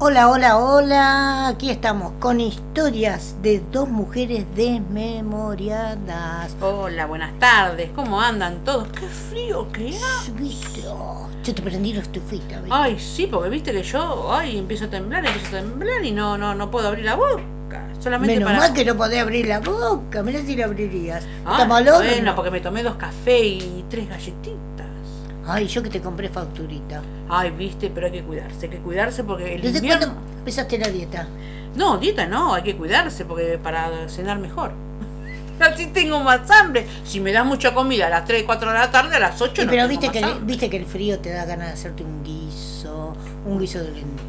Hola, hola, hola. Aquí estamos con historias de dos mujeres desmemoriadas. Hola, buenas tardes. ¿Cómo andan todos? Qué frío que hace. ¿Viste? Oh, Yo te prendí la estufita, ¿viste? Ay, sí, porque viste que yo ay, empiezo a temblar, empiezo a temblar y no no no puedo abrir la boca. Solamente Menos para mal que no podés abrir la boca. Mirá si la abrirías. Ah, ¿Estamos locos? Bueno, porque me tomé dos cafés y tres galletitas. Ay, yo que te compré facturita. Ay, viste, pero hay que cuidarse, hay que cuidarse porque el ¿Desde invierno cuándo empezaste la dieta? Eh, No, dieta no, hay que cuidarse porque para cenar mejor. Así tengo más hambre. Si me das mucha comida a las 3, 4 de la tarde, a las 8 Y Eh, pero no tengo viste más que, hambre. viste que el frío te da ganas de hacerte un guiso, un guiso de lenteja.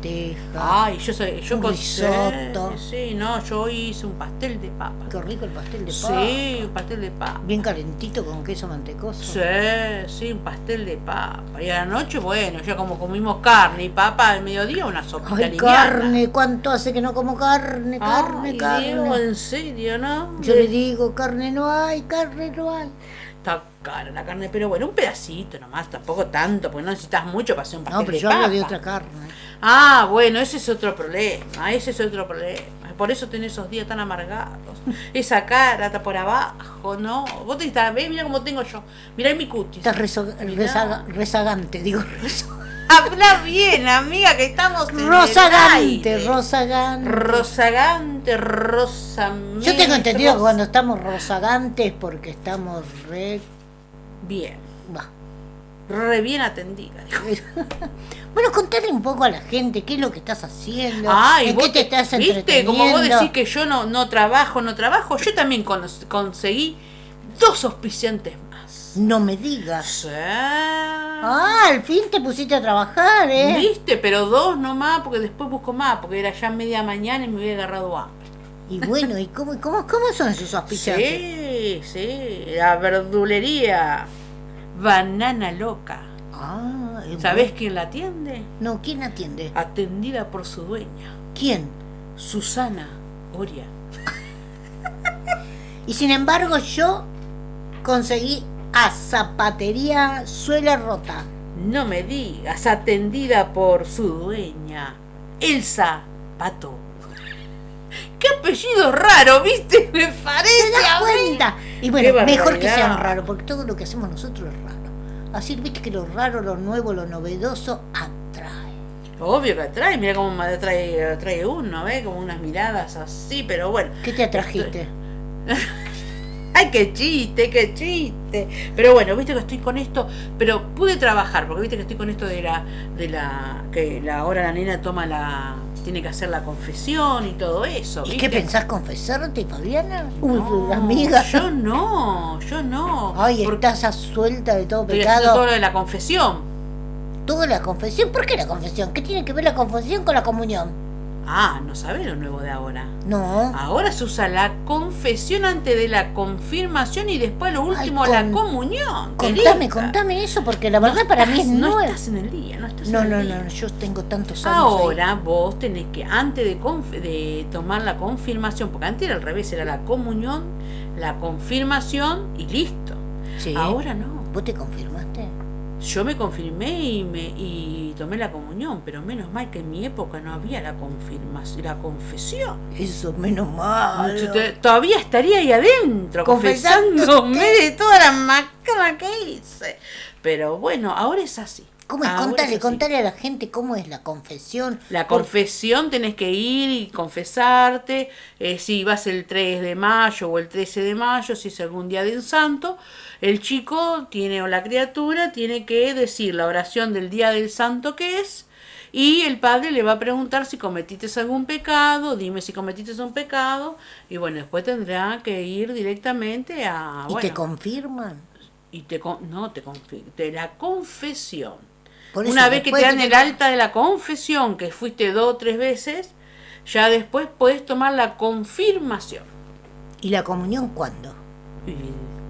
Ay, yo soy, yo Un con- risotto. Sí, no, yo hice un pastel de papa. Qué rico el pastel de papa. Sí, un pastel de papa. Bien calentito con queso mantecoso. Sí, sí, un pastel de papa. Y a la noche, bueno, ya como comimos carne y papa al mediodía, una sopa Ay, carne, ¿cuánto hace que no como carne, carne, carne? en serio, ¿no? Yo le digo, carne no hay, carne no hay. Está cara la carne, pero bueno, un pedacito nomás, tampoco tanto, porque no necesitas mucho para hacer un pastel No, pero de yo hablo de papa. otra carne. Ah, bueno, ese es otro problema, ese es otro problema. Por eso tenés esos días tan amargados. Esa cara está por abajo, ¿no? Vos te estás, ve, mira cómo tengo yo. Mirá mi cutis. Estás rezo- Mirá. rezaga- rezagante, digo. rezo- Habla bien, amiga, que estamos en el Rozagante, aire. rozagante. Rosagante, rosamento. Yo tengo entendido que ros- cuando estamos rozagantes es porque estamos re... Bien, bah. re bien atendida. dijo. Bueno, contale un poco a la gente qué es lo que estás haciendo, Ay, en vos qué te estás Viste, entreteniendo. como vos decís que yo no, no trabajo, no trabajo, yo también cono- conseguí dos auspiciantes ¿eh? más. No me digas. Sí. Ah, al fin te pusiste a trabajar, ¿eh? Viste, pero dos nomás, porque después busco más, porque era ya media mañana y me hubiera agarrado hambre. Y bueno, ¿y cómo, cómo, cómo son sus auspiciantes? Sí, sí, la verdulería. Banana loca. Ah, es ¿Sabés quién la atiende? bueno. No, ¿quién atiende? Atendida por su dueña, ¿Quién? Susana Oria. Y sin embargo yo conseguí a zapatería suela rota. No me digas, atendida por su dueña, Elsa Pato. Qué apellido raro, ¿viste? Me parece. ¿Te das Este, a mí. cuenta? Y bueno, mejor que barbaridad. sean raros, porque todo lo que hacemos nosotros es raro. Así viste que lo raro, lo nuevo, lo novedoso atrae. Obvio que atrae, mira cómo me atrae, atrae uno, ¿ves? Como unas miradas así, pero bueno. ¿Qué te atrajiste? Ay, qué chiste, qué chiste. Pero bueno, viste que estoy con esto, pero pude trabajar, porque viste que estoy con esto de la, de la, que la ahora la nena toma la, tiene que hacer la confesión y todo eso. ¿Y ¿viste? qué pensás confesarte, Fabiana? No, Uy, amiga. Yo no, yo no. Ay, porque estás a suelta de todo estoy haciendo todo pecado. lo de la confesión. Toda la confesión. ¿Por qué la confesión? ¿Qué tiene que ver la confesión con la comunión? Ah, no sabés lo nuevo de ahora. No. Ahora se usa la confesión antes de la confirmación y después lo último Ay, la con- comunión. Contame, querida. contame eso, porque la verdad para mí es no nueva. estás en el día, no estás No, en el no, día. no, yo tengo tantos años. ahí. Ahora vos tenés que, antes de, conf- de tomar la confirmación, porque antes era al revés, era la comunión, la confirmación y listo. Sí. Ahora no. ¿Vos te confirmaste? Yo me confirmé y, me, y tomé la comunión, pero menos mal que en mi época no había la confirmación, la confesión. Eso, menos mal. Yo te- todavía estaría ahí adentro, Confesándote. confesándome de toda la macana que hice. Pero bueno, ahora es así. ¿Cómo es? Ahora Contale, así. contale a la gente cómo es la confesión. La Por- confesión tenés que ir y confesarte, eh, si vas el 3 de mayo o el 13 de mayo, si es algún día del santo, el chico tiene o la criatura tiene que decir la oración del día del santo que es y el padre le va a preguntar si cometiste algún pecado, dime si cometiste un pecado y bueno, después tendrá que ir directamente a... ¿Y te bueno, confirman? y te con- no te confi- te la confesión. Por eso, Una vez que después te dan de- el alta de la confesión, que fuiste dos o tres veces, ya después podés tomar la confirmación. ¿Y la comunión cuándo? Y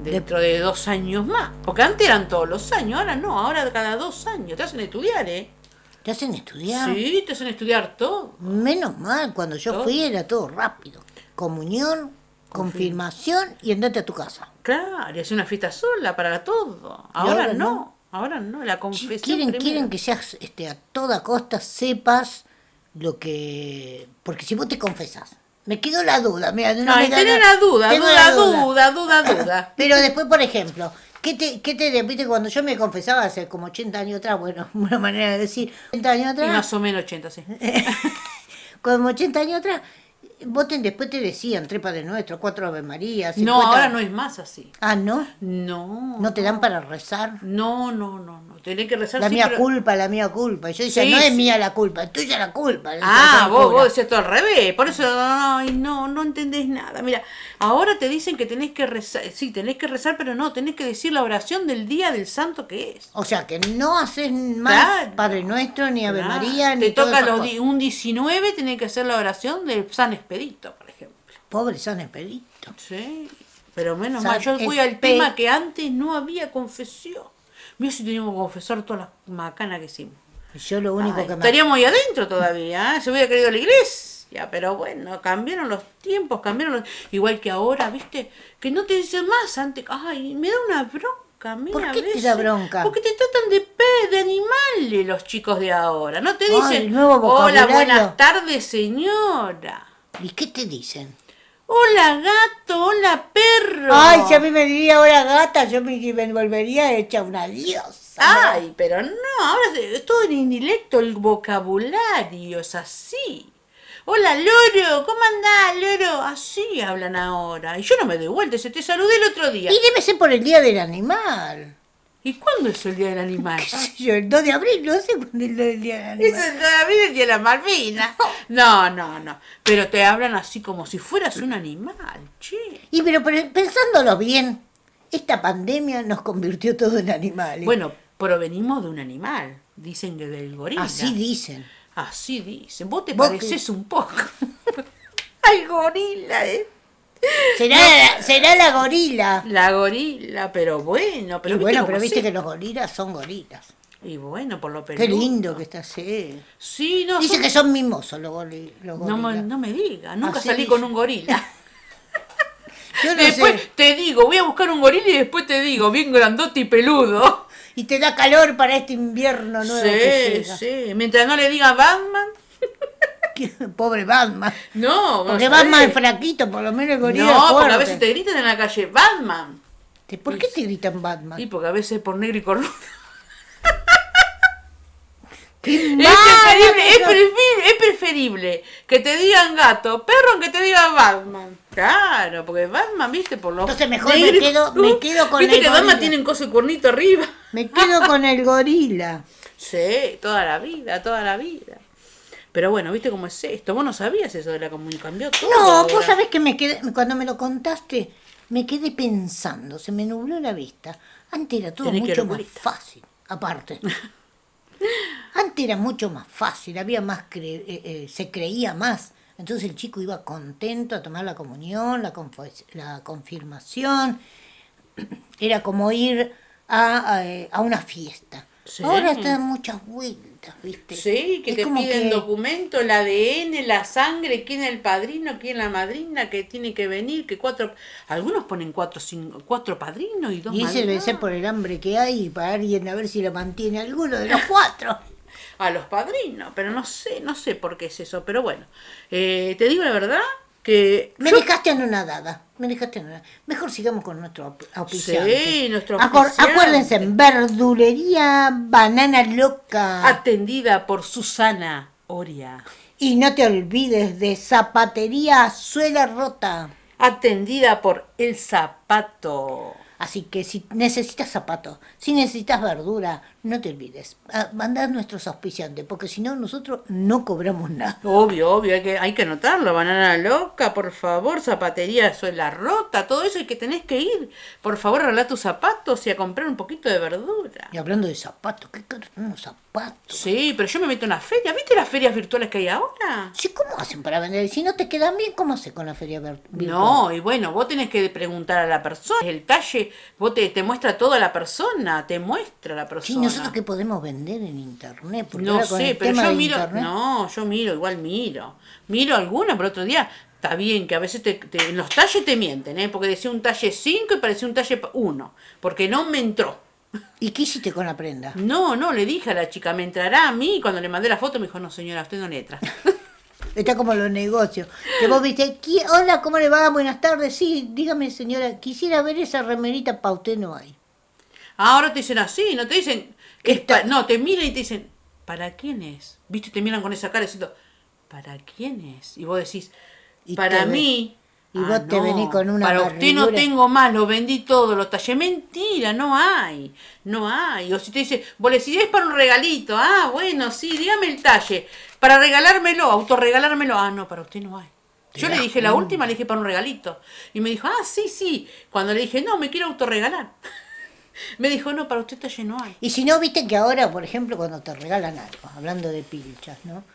dentro de dos años más. Porque antes eran todos los años, ahora no, ahora cada dos años. Te hacen estudiar, ¿eh? ¿Te hacen estudiar? Sí, te hacen estudiar todo. Menos mal, cuando yo Todo. fui era todo rápido. Comunión, confirmación y andate a tu casa. Claro, y hacer una fiesta sola para todo. Ahora ahora no, no. ahora no, la Si confesión. quieren, primero. quieren que seas este, a toda costa sepas lo que. Porque si vos te confesás, me quedó la duda. Mira, no No, me y da tener la- la duda, tengo duda, la duda, duda, duda. Pero después, por ejemplo, ¿qué te, qué te viste cuando yo me confesaba hace como 80 años atrás? Bueno, una manera de decir, 80 años Y atrás. más o menos 80, sí. Como 80 años atrás, vos te- después te decían tres Padres Nuestros, cuatro Ave María. No, ahora no es más así. Ah, ¿no? No. ¿No te dan para rezar? No, no, no, no. Tenés que rezar La sí, mía pero- culpa, la mía culpa. Y Yo decía, Sí, no es sí. mía la culpa, es tuya la culpa. decía Ah, el vos, cura. vos decías todo al revés. Por eso, ay, no, no entendés nada. Mira, ahora te dicen que tenés que rezar. Sí, tenés que rezar, pero no, tenés que decir la oración del día del santo que es. O sea, que no haces más Claro. Padre Nuestro, ni Ave Ah, María, ni te todas toca esas los cosas. di- un 19, tenés que hacer la oración del San Expedito, por ejemplo. Pobre San Expedito. Sí, pero menos San mal. Yo voy al Espe- tema que antes no había confesión. Mira si teníamos que confesar todas las macanas que hicimos. Yo lo único Ay, que me Estaríamos ahí adentro todavía, ¿eh? se hubiera querido la iglesia, pero bueno, cambiaron los tiempos, cambiaron los... Igual que ahora, ¿viste? Que no te dicen más antes. Ay, me da una bronca, mira, ¿Por a qué te veces. da bronca? Porque te tratan de pe, de animales los chicos de ahora. No te Ay, dicen, el nuevo hola, vocabulario". buenas tardes, señora. ¿Y qué te dicen? Hola, gato, hola, perro. Ay, si a mí me diría ahora gata, yo me, me volvería hecha una diosa. Ay, pero no, ahora se- es todo en indirecto, el vocabulario es así. Hola, loro, ¿cómo andás, loro? Así hablan ahora. Y yo no me doy vuelta, se te saludé el otro día. Y debe ser por el Día del Animal. ¿Y cuándo es el Día del Animal? ¿Qué sé yo? El 2 de abril, no sé cuándo es el Día del Animal. Es el- para mí es el Día de la Malvina. No, no, no. Pero te hablan así como si fueras un animal, che. Y pero, pero pensándolo bien, esta pandemia nos convirtió todo en animales. Bueno, provenimos de un animal. Dicen que del gorila. Así dicen. Así dicen. Vos te Vos pareces un poco al gorila, ¿eh? Será, la, será la gorila. La gorila, pero bueno, pero y bueno, cómo pero viste sí. que los gorilas son gorilas. Y bueno, por lo Qué peludo. lindo que está así. Sí, no, Dice son- que son mimosos los, gori- los no, gorilas. me, no me diga, nunca Así salí dice. con un gorila. Yo no después sé. te digo, voy a buscar un gorila y después te digo, bien grandote y peludo. Y te da calor para este invierno nuevo que Sí, llega. sí, mientras no le diga Batman. Pobre Batman. No, Porque vas a Batman es ver. fraquito, por lo menos el gorila No, es porque a fuerte. veces te gritan en la calle, Batman. Te- ¿Por qué te gritan Batman? Y porque a veces por negro y cornudo. ¡Qué Es mala preferible, que es, sos! prefi- es preferible que te digan gato, perro, que te digan Batman. Claro, porque Batman, viste, por los. Entonces mejor me quedo- me quedo con Viste el que Batman gorila. tiene un coso y cuernito arriba. Me quedo con el gorila. Sí, toda la vida, toda la vida. Pero bueno, viste cómo es esto. Vos no sabías eso de la comunicación. Cambió todo. No, vos ahora. sabés que me quedé, cuando me lo contaste, me quedé pensando, se me nubló la vista. Antes era todo Tenés que mucho ir más bonita. fácil, aparte. Antes era mucho más fácil, había más cre- eh, eh, se creía más. Entonces el chico iba contento a tomar la comunión, la, confes- la confirmación. Era como ir a, a, eh, a una fiesta. Sí. Ahora te dan muchas vueltas, ¿viste? Sí, que Es te como piden que- documento, el ADN, la sangre, quién es el padrino, quién es la madrina, que tiene que venir, que cuatro... Algunos ponen cuatro, cinco, cuatro padrinos y dos Y ese debe madrinas. ser por el hambre que hay y para alguien a ver si lo mantiene alguno de los cuatro. a los padrinos, pero no sé, no sé por qué es eso, pero bueno, Eh, te digo la verdad que Me yo- dejaste anonadada, me dejaste anonadada. Mejor sigamos con nuestro aup- auspiciante. Sí, nuestro Acor- auspiciante. acuérdense, verdulería banana loca. Ah. atendida por Susana Oria, Y no te olvides de zapatería suela rota. atendida por El Zapato. Así que si necesitas zapatos, si necesitas verdura, no te olvides. ah, Mandá a nuestros auspiciantes, porque si no, nosotros no cobramos nada. Obvio, obvio, hay que, hay que anotarlo, banana loca, por favor, zapatería, suela rota, todo eso y que tenés que ir. Por favor, arregla tus zapatos y a comprar un poquito de verdura. Y hablando de zapatos, ¿qué caros son los zapatos? Sí, pero yo me meto en la feria. ¿Viste las ferias virtuales que hay ahora? Sí, ¿cómo hacen para vender? Si no te quedan bien, ¿cómo haces con la feria vir- virtual? No, y bueno, vos tenés que preguntar a la persona. El talle, vos te, te muestra toda la persona, te muestra la Sí, persona. nosotros qué podemos vender en internet. Porque no ahora con sé, el pero tema yo de miro, internet- no, yo miro, igual miro. Miro alguna, pero otro día está bien que a veces te, te- en los talles te mienten, ¿eh? porque decía un talle 5 y parecía un talle 1, porque no me entró. ¿Y qué hiciste con la prenda? No, no, le dije a la chica, me entrará a mí. Y Cuando le mandé la foto me dijo, no señora, usted no le entra. Está como los negocios. Que vos viste, "¿Qui- hola, ¿cómo le va? Buenas tardes. Sí, dígame señora, quisiera ver esa remerita pa' usted no hay. Ahora te dicen así, no te dicen que es Está- pa- No, te miran y te dicen, ¿para quién es? Viste, te miran con esa cara diciendo, ¿para quién es? Y vos decís, Y te para ve- mí. y vos te venís con una Para usted Ah, no barrigura". tengo más, los vendí todos, los tallé. Mentira, no hay. No hay. O si te dice, vos le decís, es para un regalito. Ah, bueno, sí, dígame el talle. Para regalármelo, autorregalármelo. Ah, no, para usted no hay. Yo Mirá, le dije la última, le dije para un regalito. Y me dijo, ah, sí, sí. Cuando le dije, no, me quiero autorregalar. Me dijo, no, para usted talle no hay. Y si no, viste que ahora, por ejemplo, cuando te regalan algo, hablando de pilchas, ¿no?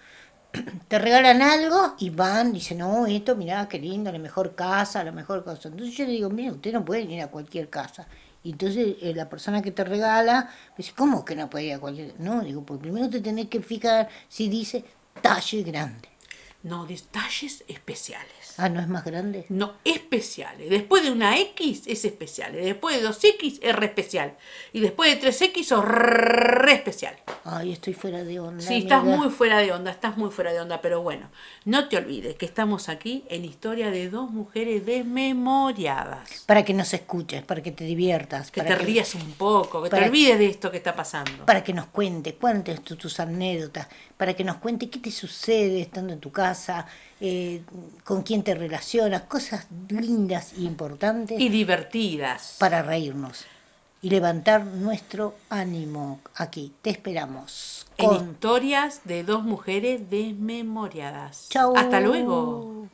Te regalan algo y van, dicen, no, esto, mirá, qué lindo, la mejor casa, la mejor cosa. Entonces yo le digo, mira, usted no puede ir a cualquier casa. Y entonces eh, la persona que te regala, me dice, ¿cómo que no puede ir a cualquier No, digo, pues primero te tenés que fijar si dice talle grande. No, de talles especiales. Ah, ¿no es más grande? No, especiales. Después de una X es especial. Después de 2X es re especial. Y después de 3X o re especial. Ay, estoy fuera de onda. Sí, estás amiga. muy fuera de onda, estás muy fuera de onda, pero bueno, no te olvides que estamos aquí en historia de dos mujeres desmemoriadas. Para que nos escuches, para que te diviertas. Que para te rías un poco, que te para- olvides de esto que está pasando. para que nos cuente, cuentes tu- tus anécdotas, para que nos cuente qué te sucede estando en tu casa, eh, con quién te relacionas, cosas lindas e importantes Y divertidas. para reírnos y levantar nuestro ánimo aquí. Te esperamos. En Con... historias de dos mujeres desmemoriadas. Chau. Hasta luego.